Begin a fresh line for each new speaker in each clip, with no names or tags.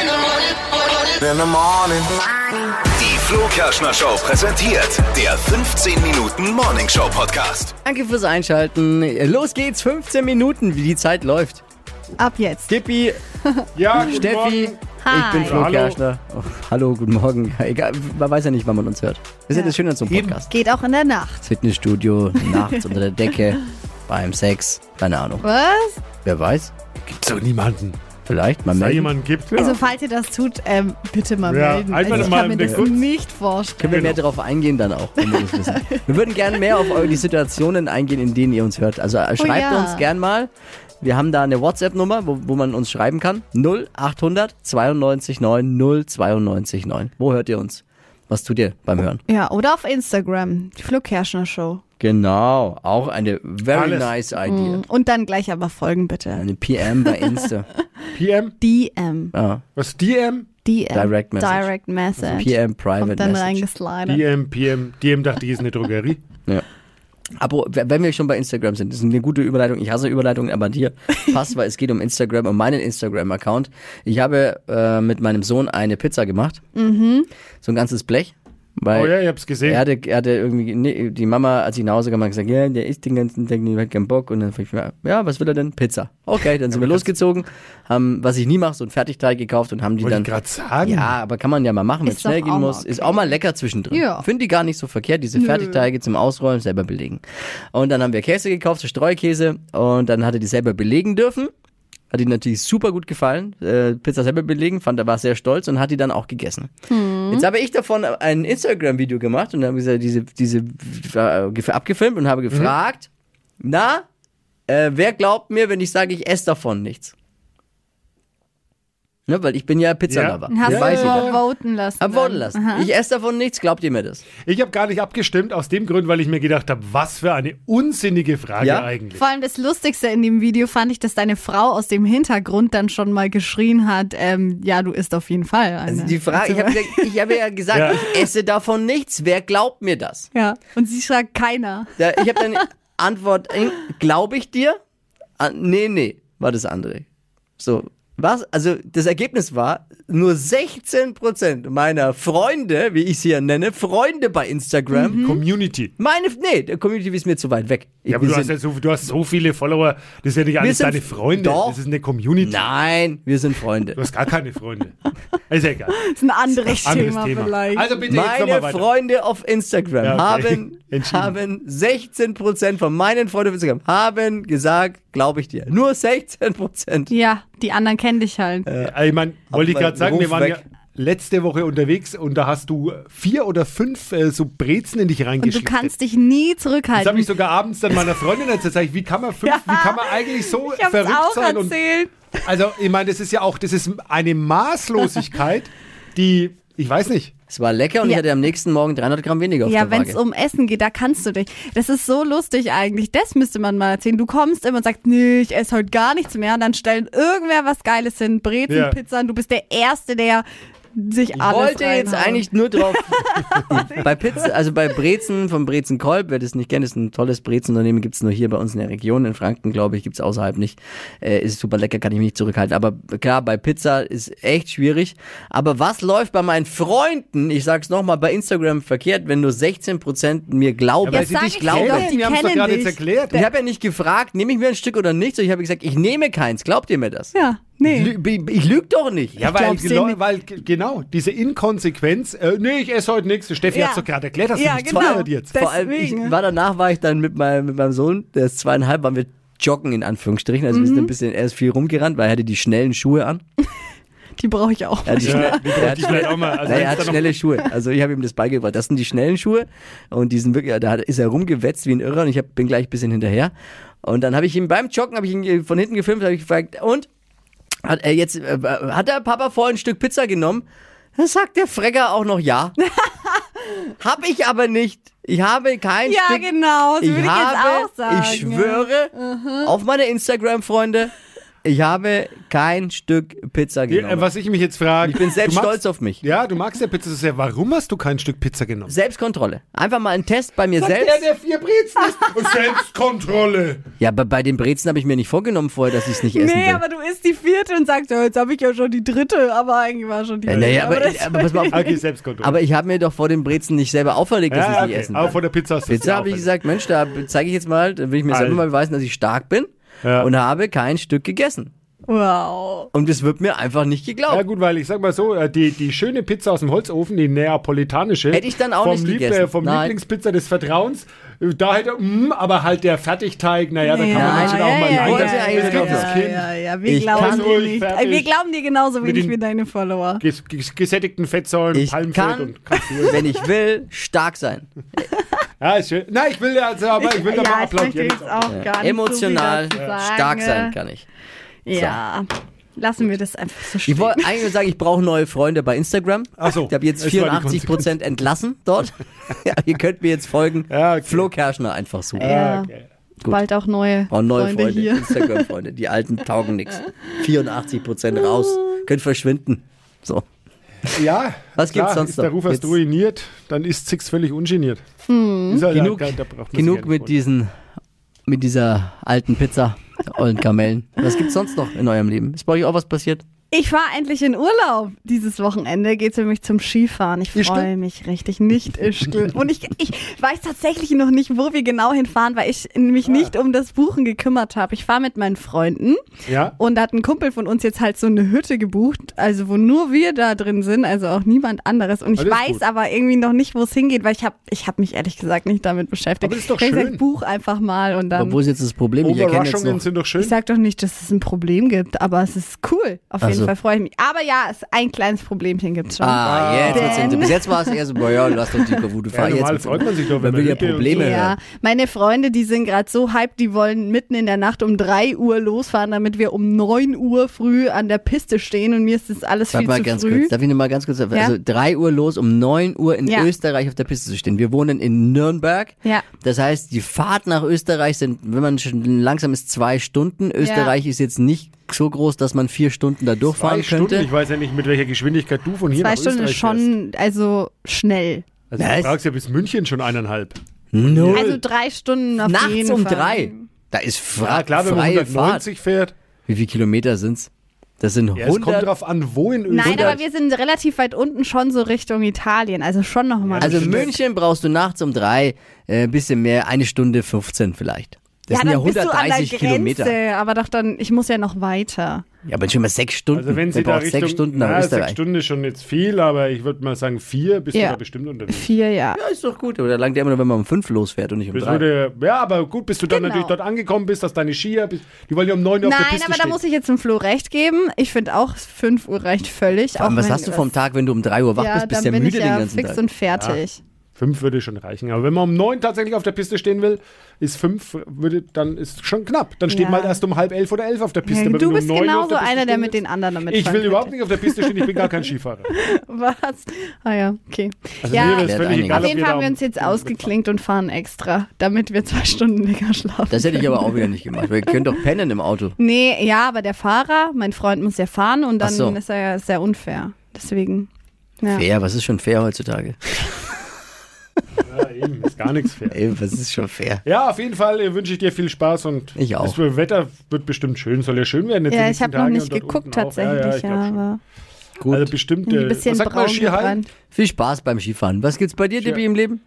In the morning.
Die Flo Kerschner Show präsentiert der 15 Minuten Morning Show Podcast.
Danke fürs Einschalten. Los geht's, 15 Minuten, wie die Zeit läuft.
Ab jetzt.
Tippi,
Ja, guten
Steffi,
Morgen.
ich bin Flo
Hallo.
Kerschner. Oh, hallo, guten Morgen. Ja, Egal, man weiß ja nicht, wann man uns hört. Wir sind
Ja.
das Schöne an so einem
Eben.
Podcast.
Geht auch in der Nacht.
Fitnessstudio, nachts unter der Decke, beim Sex, keine Ahnung.
Was?
Wer weiß,
Gibt's doch niemanden.
vielleicht mal
Da
melden.
jemanden gibt.
Also falls ihr das tut, ähm, bitte mal
Ja,
melden.
halt
einfach
Also, ich
mal
kann mir
im
das
Wechsel.
nicht
Können
vorstellen.
wir mehr darauf eingehen dann auch, wenn wir das wissen. Wir würden gerne mehr auf eu- die Situationen eingehen, in denen ihr uns hört. Also äh, schreibt
Oh ja.
uns gern mal. Wir haben da eine WhatsApp-Nummer, wo, wo man uns schreiben kann. 0800 92 9 092 9. Wo hört ihr uns? Was tut ihr beim Hören?
Ja, oder auf Instagram, die Flo Kerschner Show.
Genau, auch eine very
Alles.
nice Idea.
Und dann gleich aber folgen bitte.
Eine PM bei Insta.
PM?
DM.
ah,
Was? DM?
DM.
Direct Message. Also
Direct Message.
PM Private
Kommt dann
Message.
reingeslidet.
DM, PM. DM dachte ich, ist eine Drogerie.
Ja. Aber w- wenn wir schon bei Instagram sind, ist eine gute Überleitung. Ich hasse Überleitungen, aber dir passt, weil es geht um Instagram, um meinen Instagram-Account. Ich habe äh, mit meinem Sohn eine Pizza gemacht. So ein ganzes Blech. Weil
Mhm. Oh ja, ich hab's gesehen.
er, hatte, er hatte irgendwie, nee, die Mama, als ich nach Hause kam, hat gesagt, ja, der isst den ganzen Tag, der hat keinen Bock. Und dann frag ich mir, ja, was will er denn? Pizza. Okay, dann sind wir losgezogen, haben, was ich nie mache, so ein Fertigteig gekauft und haben die
Wollte
dann
ich gerade sagen.
ja, aber kann man ja mal machen, wenn es
Ist doch
schnell gehen
auch mal
muss.
okay.
Ist auch mal lecker zwischendrin.
Ja.
Finde die gar nicht so verkehrt, diese Fertigteige zum Ausrollen selber belegen. Und dann haben wir Käse gekauft, so Streukäse, und dann hatte die selber belegen dürfen. Hat ihm natürlich super gut gefallen. Äh, Pizza selber belegen, fand er war sehr stolz und hat die dann auch gegessen.
Hm.
Jetzt habe ich davon ein Instagram-Video gemacht und habe gesagt, diese, diese äh, abgefilmt und
Mhm.
habe gefragt, na, äh, wer glaubt mir, wenn ich sage, ich esse davon nichts? Ne, weil ich bin ja Pizzalover.
Hast
Das
du
weiß jeder.
mal voten lassen.
Hab wohnen
dann?
lassen. Ich esse davon nichts, glaubt ihr mir das?
Ich habe gar nicht abgestimmt, aus dem Grund, weil ich mir gedacht habe, was für eine unsinnige Frage
Ja.
eigentlich.
Vor allem das Lustigste in dem Video fand ich, dass deine Frau aus dem Hintergrund dann schon mal geschrien hat, ähm, ja, du isst auf jeden Fall. Eine.
Also die Frage, ich habe ich hab ja gesagt,
Ja.
ich esse davon nichts, wer glaubt mir das?
ja, und sie sagt keiner.
Da, ich habe dann Antwort, glaube ich dir? Ah, nee, nee, war das andere. So, was? Also das Ergebnis war, nur 16% meiner Freunde, wie ich sie ja nenne, Freunde bei
Mhm.
Instagram,
Community.
meine, nee, der Community ist mir zu weit weg. Ich,
Ja, aber
wir
du hast,
sind-
ja so, du hast so viele Follower, das sind ja nicht alles
sind-
deine Freunde.
Doch.
Das ist eine Community.
Nein, wir sind Freunde.
Du hast gar keine Freunde. ist ja egal.
Das ist ein anderes,
Anderes
Thema,
Thema.
vielleicht.
Also bitte jetzt
Meine
nochmal weiter.
Freunde auf Instagram
Ja, okay.
haben,
Entschieden.
haben 16% von meinen Freunden auf Instagram haben gesagt, glaube ich dir. Nur 16%.
ja, die anderen kennen dich halt.
Äh, ich meine, wollte ich
mal
gerade sagen,
Ruf
wir waren
weg.
ja letzte Woche unterwegs und da hast du vier oder fünf äh, so Brezen in dich
und du
reingeschickt.
kannst dich nie
Das habe
zurückhalten.
ich sogar abends dann meiner Freundin erzählt. Sag ich, wie kann man fünf,
Ja,
wie kann man eigentlich so
ich hab's
verrückt
auch
sein? Und,
erzählt.
also ich meine, das ist ja auch, das ist eine Maßlosigkeit, die, ich weiß nicht.
Es war lecker und ich
Ja.
hatte am nächsten Morgen 300 Gramm weniger auf
Ja,
der
wenn es
Waage.
um Essen geht, da kannst du dich. Das ist so lustig eigentlich. Das müsste man mal erzählen. Du kommst immer und sagst, nee, ich esse heute gar nichts mehr. Und dann stellen irgendwer was Geiles hin. Brezen,
Ja.
Pizza. Und du bist der Erste, der sich
ich
alles
wollte jetzt
reinhaut.
eigentlich nur drauf. bei Pizza, also bei Brezen von Brezen Kolb, wer das nicht kennt, ist ein tolles Brezenunternehmen, gibt's nur hier bei uns in der Region, in Franken, glaube ich, gibt's außerhalb nicht. Äh, ist super lecker, kann ich mich nicht zurückhalten. Aber klar, bei Pizza ist echt schwierig. Aber was läuft bei meinen Freunden, ich sag's nochmal, bei Instagram verkehrt, wenn nur 16% mir glauben?
weil
Ja,
sie
sag
dich
ich dir doch,
glauben.
die
Wir haben es doch
kennen
gerade jetzt
dich.
erklärt.
ich habe ja nicht gefragt, nehme ich mir ein Stück oder nicht, sondern ich habe gesagt, ich nehme keins. Glaubt ihr mir das?
Ja, nee.
Lü- Ich lüge doch nicht.
Ja, weil,
glaub's dir
gelo-
nicht.
weil g- genau, diese Inkonsequenz, äh, nee, ich esse heute nichts. Steffi
Ja.
hat's doch gerade erklärt, hast
Ja,
du nicht
genau.
zugehört jetzt.
Das-
Vor allem, ich
Deswegen.
war danach, war ich dann mit meinem, mit meinem Sohn, der ist zweieinhalb, waren wir joggen in Anführungsstrichen. Also wir
Mhm.
sind ein bisschen, er ist viel rumgerannt, weil er hatte die schnellen Schuhe an.
Die brauche ich auch.
Er hat die
Ja,
schnell-
die bräuchte ich vielleicht auch mal. Also
Naja, er
wenn's
hat
da noch-
schnelle Schuhe. Also ich habe ihm das beigebracht. Das sind die schnellen Schuhe. Und die sind wirklich, da hat- ist er rumgewetzt wie ein Irrer und ich hab, bin gleich ein bisschen hinterher. Und dann habe ich ihn beim Joggen, habe ich ihn äh, von hinten gefilmt, habe ich gefragt, und? Hat er jetzt, äh, hat der Papa vorhin ein Stück Pizza genommen? Dann sagt der Frecker auch noch ja. hab ich aber nicht. Ich habe kein
Ja,
Stück.
genau. Das
ich
würde ich
habe,
jetzt auch sagen.
ich schwöre, auf meine Instagram-Freunde, Ich habe kein Stück Pizza genommen.
äh, Was ich mich jetzt frage.
Genau. Ich bin selbst
du magst-
stolz auf mich.
Ja, du magst ja Pizza so sehr. Warum hast du kein Stück Pizza genommen?
Selbstkontrolle. Einfach mal einen Test bei mir selbst.
der vier Brezen ist. Und Selbstkontrolle.
Ja, aber bei den Brezen habe ich mir nicht vorgenommen vorher, dass ich es nicht essen
Nee,
will.
aber du isst die vierte und sagst, ja, jetzt habe ich ja schon die dritte, aber eigentlich war schon die
Ja,
vierte.
naja, Äh, aber,
das-
aber, pass mal auf.
Okay, Selbstkontrolle.
aber ich habe mir doch vor den Brezen nicht selber auferlegt, dass ich es
ja,
nicht
okay.
essen
Aber
will.
von der Pizza hast du es
Pizza habe ich
dir
gesagt, Mensch, da zeige ich jetzt mal, da will ich mir selber
Alter.
mal beweisen, dass ich stark bin
Ja.
und habe kein Stück gegessen.
wow.
Und es wird mir einfach nicht geglaubt.
Ja gut, weil ich sag mal so, äh, die, die schöne Pizza aus dem Holzofen, die neapolitanische.
Hätte ich dann auch
vom
nicht gegessen.
äh, Vom
Nein.
Lieblingspizza des Vertrauens. äh, Da hätte, mm, aber halt der Fertigteig, naja, da kann
Ja,
man
Nein,
natürlich auch mal
ja,
Nein,
ja,
das-
ja,
das
ja,
gibt das
ja,
Kind.
Ja, ja, wir
Ich
glauben
kann
dir
ruhig
nicht. Äh,
fertig.
Wir glauben dir genauso
Mit
wenig
den-
wie deine Follower.
Ges ges gesättigten Fettsäuren,
ich
Palmfett
kann,
und Kassur.
wenn ich will, stark sein.
Ja, ist schön. Nein, ich will, also, aber ich will da mal
ja, ich möchte
applaudieren.
jetzt auch gar nicht
Emotional
so viel dazu sagen. ne?
stark sein kann ich.
Ja, lassen wir das einfach so stehen.
Ich wollte eigentlich nur sagen, ich brauche neue Freunde bei Instagram.
Ach so,
Ich habe jetzt
das war die
84 Prozent entlassen dort. ja, ihr könnt mir jetzt folgen.
Ja, okay.
Flo Kerschner einfach suchen.
Ja,
ja,
okay.
bald auch neue,
Brauchen Oh, neue
Freunde,
Freunde,
hier.
Instagram-Freunde. Die alten taugen nichts. 84 Prozent raus. Könnt verschwinden. So.
Ja,
Was
klar,
gibt's sonst
ist der
noch?
Ruf erst
Jetzt-
ruiniert, dann ist Six völlig ungeniert.
Hm.
Ist halt-
Genug,
da- da braucht man sich
genug
ja
mit
nicht
diesen, mit dieser alten Pizza, der ollen Kamellen. Was gibt's sonst noch in eurem Leben? Ist bei euch auch was passiert?
Ich war endlich in Urlaub. Dieses Wochenende geht's für mich zum Skifahren. Ich
Ischgl?
freue mich richtig. Nicht Ischgl. Und ich, ich weiß tatsächlich noch nicht, wo wir genau hinfahren, weil ich mich nicht um das Buchen gekümmert habe. Ich fahre mit meinen Freunden.
wollen. Ja?
Und da hat ein Kumpel von uns jetzt halt so eine Hütte gebucht, also wo nur wir da drin sind, also auch niemand anderes. Und ich
Alles
weiß
gut.
aber irgendwie noch nicht, wo es hingeht, weil ich habe ich hab mich ehrlich gesagt nicht damit beschäftigt.
Aber das ist doch
ich hab
schön.
Gesagt, buch einfach mal und dann.
Aber wo ist jetzt das Problem? Ich erkenne jetzt
Überraschungen
noch.
sind doch schön.
Ich sag doch nicht, dass es ein Problem gibt, aber es ist cool. Auf
Ach so.
jeden Fall freue ich mich. Aber ja, es ein kleines Problemchen gibt schon.
Also Ah, jetzt wird's
Denn-
interessant. Bis jetzt war es eher so, boah, ja, lass doch die Kavute
ja,
fahren.
normal
jetzt
freut man sich doch, wenn
Man will ja
Hütte und
Probleme
Ja, meine Freunde, die sind gerade so hyped, die wollen mitten in der Nacht um 3 Uhr losfahren, damit wir um 9 Uhr früh an der Piste stehen und mir ist das alles
Warte
viel
mal
zu
ganz
früh.
kurz. Darf ich noch mal ganz kurz? Also 3 Uhr los, um 9 Uhr in
Ja.
Österreich auf der Piste zu stehen. Wir wohnen in Nürnberg.
Ja.
Das heißt, die Fahrt nach Österreich sind, wenn man schon langsam ist, zwei Stunden. Österreich ist jetzt nicht so groß, dass man vier Stunden da
Zwei
durchfahren
Stunden,
könnte.
ich weiß ja nicht, mit welcher Geschwindigkeit du von hier
Zwei
nach
Stunden ist
Österreich
schon, also schnell.
fährst. Also
Was?
du fragst ja bis München schon eineinhalb.
Null.
Also drei Stunden auf jeden
Nachts um
Fall.
drei. Da ist fra
Ja, klar, wenn man
freie Fahrt.
190 fährt.
Wie viele Kilometer sind's? Das sind
Ja, es kommt
100.
drauf an, wo in Österreich.
Nein, aber wir sind relativ weit unten schon so Richtung Italien, also schon nochmal.
Also
das stimmt.
München brauchst du nachts um drei, äh, bisschen mehr, eine Stunde 15 vielleicht. Das
ja,
sind
dann
ja
bist du an der
130
Grenze,
Kilometer.
aber doch dann, ich muss ja noch weiter.
Ja, aber schon mal sechs Stunden.
also wenn sie
Wer
da
braucht
Richtung,
sechs Stunden nach
na, sechs
Österreich.
Stunden ist schon jetzt viel, aber ich würde mal sagen, vier bist
Ja.
du da bestimmt unterwegs.
Vier, ja.
Ja, ist doch gut. Aber da langt ja immer nur, wenn man um fünf losfährt und nicht um
Bis
drei.
wurde, ja, aber gut, bis du dann
Genau.
natürlich dort angekommen bist, dass deine Skier, bis- die wollen ja um 9 Uhr auf der
Nein,
Piste
aber da
stehen.
muss ich jetzt dem Flo recht geben. Ich finde auch, 5 Uhr reicht völlig.
Vor allem,
auch
was
wenn
hast du
das-
vom Tag, wenn du um drei Uhr wach
ja,
bist? Bist
dann
ja
bin
müde
ich
den
ja
ganzen
fix
Tag.
und fertig.
Fünf würde schon reichen. Aber wenn man um neun tatsächlich auf der Piste stehen will, ist fünf, würde, dann ist schon knapp. Dann steht
Ja.
man halt erst um halb elf oder elf auf der Piste.
Ja,
Aber wenn
du
um
bist
9 Uhr
genauso
auf Piste
einer, der
stehen
mit den anderen damit
willst- Ich will überhaupt nicht auf der Piste stehen, ich bin gar kein Skifahrer.
Was? Ah ja, okay.
Also
ja,
mir wäre es
Klärt
völlig
einiges.
egal,
auf
ob
jeden Fall
wir da
haben wir
um-
uns jetzt ausgeklinkt und fahren extra, damit wir zwei Stunden länger schlafen.
Das hätte ich
können.
aber auch wieder nicht gemacht. Wir können doch pennen im Auto.
Nee, ja, aber der Fahrer, mein Freund muss ja fahren und dann
Ach so.
ist er ja sehr unfair. Deswegen. Ja.
Fair, was ist schon fair heutzutage?
Ja, eben, ist gar nichts fair.
Ey, was ist schon fair?
Ja, auf jeden Fall äh, wünsche ich dir viel Spaß und
Ich auch.
das Wetter wird bestimmt schön, soll ja schön werden. Jetzt die
Ja, ich
nächsten
habe noch
Tage
nicht
und dort
geguckt
unten auch. Ja, ja,
tatsächlich,
ich
ja,
glaub schon.
aber
Gut.
Also bestimmt,
ein
äh,
bisschen
was sagt man,
braun hier
Skihai?
dran.
Viel Spaß beim Skifahren. Was gibt's bei dir, Dippi, im Leben?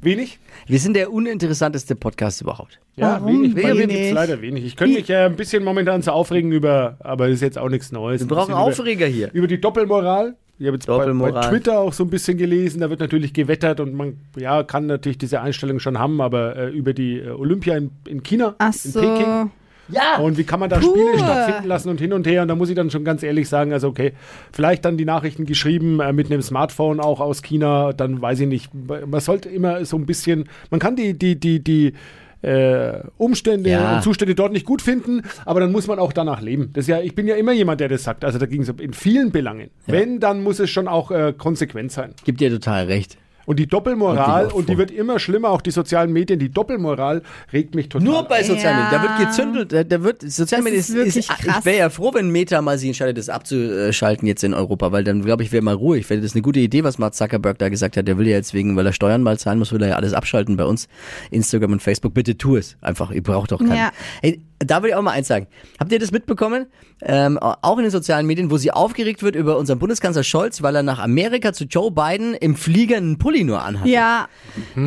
Wenig?
Wir sind der uninteressanteste Podcast überhaupt.
Ja,
Warum
wenig. Bei mir
wenig?
gibt's leider wenig. Ich könnte mich ja ein bisschen momentan so aufregen über, aber das ist jetzt auch nichts Neues.
Wir brauchen
ein bisschen
Aufreger hier.
Über, über die Doppelmoral. Ich habe jetzt bei, bei
Doppelmoral.
Twitter auch so ein bisschen gelesen, da wird natürlich gewettert und man ja, kann natürlich diese Einstellung schon haben, aber äh, über die äh, Olympia in, in China,
Ach
in Peking.
so.
Und wie kann man da
Puh.
Spiele stattfinden lassen und hin und her? Und da muss ich dann schon ganz ehrlich sagen, also okay, vielleicht dann die Nachrichten geschrieben äh, mit einem Smartphone auch aus China, dann weiß ich nicht. Man sollte immer so ein bisschen, man kann die, die, die, die äh, Umstände
Ja.
und Zustände dort nicht gut finden, aber dann muss man auch danach leben. Das ist ja, ich bin ja immer jemand, der das um, sagt. Also da ging es in vielen Belangen. Wenn, dann muss es schon auch äh, konsequent sein.
Gibt dir total recht.
Und die Doppelmoral,
Und die
und die wird immer schlimmer, auch die sozialen Medien, die Doppelmoral regt mich total.
Nur bei sozialen
Ja.
Medien. Da wird gezündelt, da, da wird sozialen
Das
Medien
ist
ist,
wirklich
ist,
krass.
Ich wäre ja froh, wenn Meta mal sie entscheidet, das abzuschalten jetzt in Europa, weil dann glaube ich, wäre mal ruhig. Weil das ist eine gute Idee, was Mark Zuckerberg da gesagt hat. Der will ja jetzt wegen, weil er Steuern mal zahlen muss, will er ja alles abschalten bei uns. Instagram und Facebook. Bitte tu es einfach. Ihr braucht doch keinen.
Ja.
Hey, da will ich auch mal eins sagen. Habt ihr das mitbekommen? Ähm, auch in den sozialen Medien, wo sie aufgeregt wird über unseren Bundeskanzler Scholz, weil er nach Amerika zu Joe Biden im Flieger einen Pulli nur anhat.
Ja,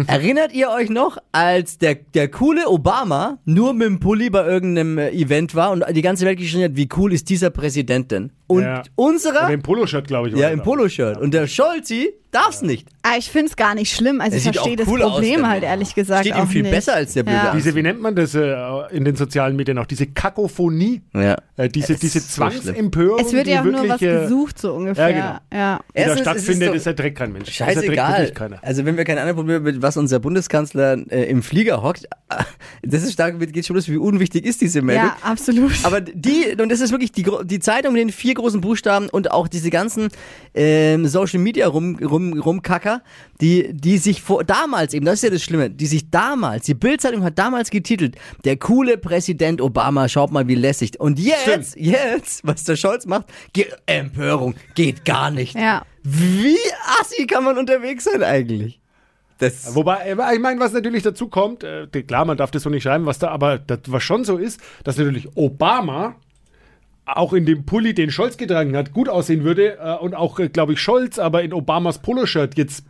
Erinnert ihr euch noch, als der, der coole Obama nur mit dem Pulli bei irgendeinem äh, Event war und die ganze Welt geschrien hat, wie cool ist dieser Präsident denn? Und
Ja.
unserer,
Oder im Poloshirt, glaube ich.
ja,
oder
im
so.
Poloshirt. Und der Scholzi darf's nicht.
aber Ah, ich finde es gar nicht schlimm. Also
Er
ich
sieht
verstehe
auch
das
cool aus,
Problem
der
halt
Mann.
ehrlich gesagt
Steht
auch
ihm viel
nicht.
besser als der blöde
ja.
Arsch.
Diese, wie nennt man das äh, in den sozialen Medien auch? Diese Kakophonie,
Ja.
äh, diese,
Es
diese
ist so schlimm.
Zwangsempörung.
Es wird
die
ja auch nur
wirklich,
was
äh,
gesucht, so ungefähr.
ja, genau.
ja.
die da
Erstens, es ist
stattfindet,
doch-
ist erträgt kein Mensch. Das erträgt
Scheißegal.
wirklich keiner.
Also wenn wir keine anderen Probleme mit was unser Bundeskanzler äh, im Flieger hockt, das ist stark, geht schon los, wie unwichtig ist diese Meldung.
ja, absolut.
Aber die, und das ist wirklich die, gro- die Zeitung mit den vier großen Buchstaben und auch diese ganzen ähm, Social Media rum, rum, rumkacker, die, die sich vor, damals eben, das ist ja das Schlimme, die sich damals, die Bildzeitung hat damals getitelt, der coole Präsident Obama, schaut mal wie lässig. Und jetzt, jetzt, was der Scholz macht, Ge Empörung, geht gar nicht.
Ja.
Wie assi kann man unterwegs sein eigentlich? Das,
Wobei, äh, ich meine, was natürlich dazu kommt, äh, die- klar, man darf das so nicht schreiben, was da, aber das, was schon so ist, dass natürlich Obama auch in dem Pulli, den Scholz getragen hat, gut aussehen würde äh, und auch, glaube ich, Scholz, aber in Obamas Poloshirt jetzt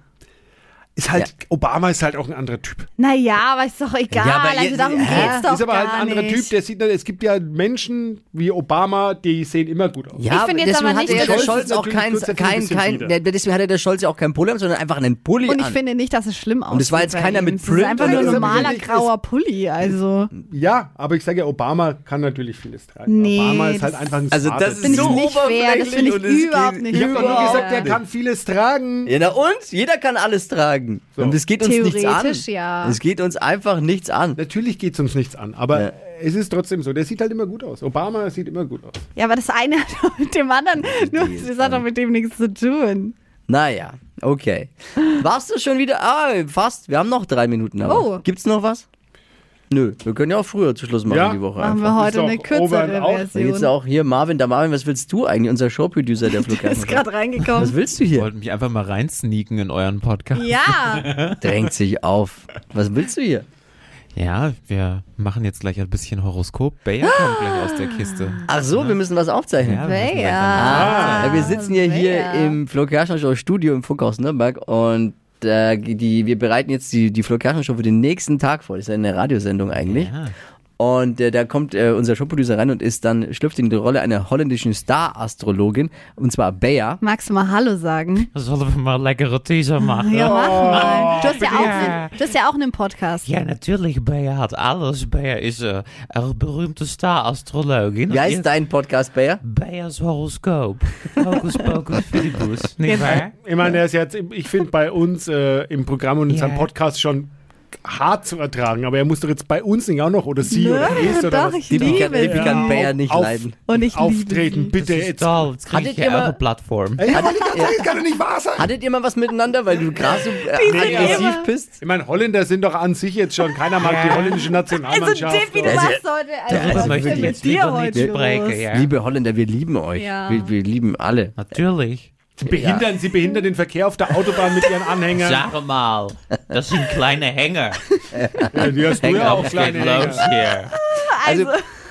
ist halt, Obama ist halt auch ein anderer Typ.
naja, aber ist doch egal.
Ja, aber
also
ihr-
darum
hä?
geht's doch
ist aber
gar
halt ein anderer
nicht.
Typ, der sieht, es gibt ja Menschen wie Obama, die sehen immer gut aus.
Ich finde jetzt
deswegen
aber
hatte
nicht,
ja
dass-
der
Scholz
Scholz
ist
auch
natürlich
kein,
kurz dafür ein
kein,
bisschen
kein,
wieder.
der- deswegen hatte der Scholz ja auch kein Pulli, an, sondern einfach einen Pulli
Und ich
an.
finde nicht, dass es schlimm aussieht.
es war jetzt
bei
keiner
ihm.
mit
Es ist
Print
einfach
oder
nur ein
so.
normaler
Natürlich ist-
grauer Pulli. Also
Ja, aber ich sage ja, Obama kann natürlich vieles tragen.
Nee,
Obama ist halt
das-
einfach ein
Also
Star.
das
bin
ist
ich
so
nicht fair. Das
oberflächlich
finde ich
und es
überhaupt
geht
nicht
ich habe doch nur
überhaupt
gesagt, er
nicht.
kann vieles tragen.
Ja, na und? Jeder kann alles tragen. Und es geht uns nichts an.
Theoretisch, ja.
Es geht uns einfach nichts an.
Natürlich geht es uns nichts an, aber
Ja.
es ist trotzdem so. Der sieht halt immer gut aus. Obama sieht immer gut aus.
Ja, aber das eine hat doch mit dem anderen, nur das hat doch mit dem nichts zu tun.
Naja, okay. Warst du schon wieder? Ah, fast. Wir haben noch drei Minuten. Aber.
Oh.
Gibt's noch was? Nö, wir können ja auch früher zu Schluss machen
Ja.
die Woche.
Machen
einfach.
wir heute
Ist doch
eine
over
kürzere
and out.
Da geht's
Version.
auch hier, Marvin, da Marvin, was willst du eigentlich? Unser Showproducer, der Flughafen.
Ist gerade
was
reingekommen.
willst du hier?
wollte mich einfach mal reinsneaken in euren Podcast.
Ja,
Drängt sich auf. Was willst du hier?
Ja, wir machen jetzt gleich ein bisschen Horoskop. Bayer kommt gleich aus der Kiste.
Ach so, wir müssen was aufzeichnen.
Ja, wir müssen gleich mal-
Bea.
Ja, Ah, wir sitzen ja hier
Bea.
im Flo Kerschner Show Studio im Funkhaus Nürnberg und äh, die, wir bereiten jetzt die, die Flo Kerschner Show für den nächsten Tag vor. Das ist ja eine Radiosendung eigentlich.
Ja.
Und äh, da kommt äh, unser Showproducer rein und ist dann schlüpft in die Rolle einer holländischen Star-Astrologin und zwar Bea.
Magst du mal Hallo sagen?
Sollen wir mal leckere T-Shirts machen?
Ja, mach mal. Du hast ja,
bitte.
auch, du hast ja auch einen Podcast.
Ja, natuurlijk. Bea had alles. Bea is eh, een beruimde star-astrologin.
Wie heißt dein Podcast, Bea?
Bea's horoscoop. Hocus pocus fidibus. Nicht wahr?
Ich meine, er ist jetzt, ich finde bei uns äh, im Programm und in
Ja.
seinem Podcast schon hart zu ertragen, aber er muss doch jetzt bei uns nicht auch noch oder sie oder es
Nö,
oder
Ne? doch,
was.
ich
Die
liebe
kann, die
es.
kann Bea nicht
Auf-
leiden.
Und ich liebe
Auftreten,
die.
bitte
Jetzt
jetzt.
toll. Jetzt krieg
Hattet
ich hier
ihr mal- Äh,
eure Plattform.
Ey, aber die ganze Zeit kann doch nicht wahr sein.
Hattet ihr mal was miteinander, weil du gerade so äh, aggressiv bist?
Ich meine, Holländer sind doch an sich jetzt schon, keiner mag die holländische
Also
Nationalmannschaft.
Dippi, du
oder-
machst heute, also
Darüber
was
möchte
ist denn
ich
mit
jetzt lieber
dir
nicht
heute
sprechen.
los?
Ja.
Liebe Holländer, wir lieben euch.
Ja.
Wir, wir lieben alle.
Natürlich.
behindern, Sie behindern den Verkehr auf der Autobahn mit Ihren Anhängern.
Sag mal, das sind kleine Hänger.
Ja, die hast du ja auch
Was geht
kleine Hänger.
los hier?
Also,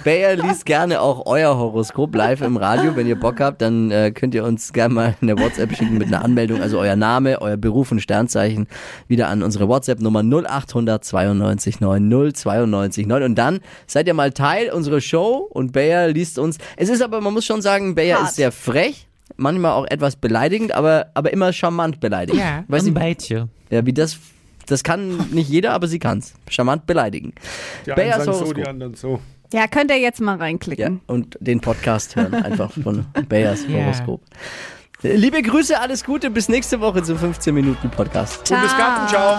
Bayer liest gerne auch euer Horoskop live im Radio. Wenn ihr Bock habt, dann äh, könnt ihr uns gerne mal eine WhatsApp schicken mit einer Anmeldung. Also euer Name, euer Beruf und Sternzeichen wieder an unsere WhatsApp-Nummer 0800 92 9 092 9. Und dann seid ihr mal Teil unserer Show und Bayer liest uns. Es ist aber, man muss schon sagen, Bayer
Hart.
ist sehr frech. Manchmal auch etwas beleidigend, aber, aber immer charmant beleidigend.
Ja,
Weiß
ein
nicht,
beetje.
ja, wie das, das kann nicht jeder, aber sie kann's. Charmant beleidigen.
Die einen
Bayers
sagen so,
Horoskop.
die anderen so.
Ja, könnt ihr jetzt mal
Ja,
reinklicken.
und den Podcast hören, einfach von Bayers
Ja.
Horoskop. Liebe Grüße, alles Gute, bis nächste Woche zum 15-Minuten-Podcast.
Und bis Garten, ciao.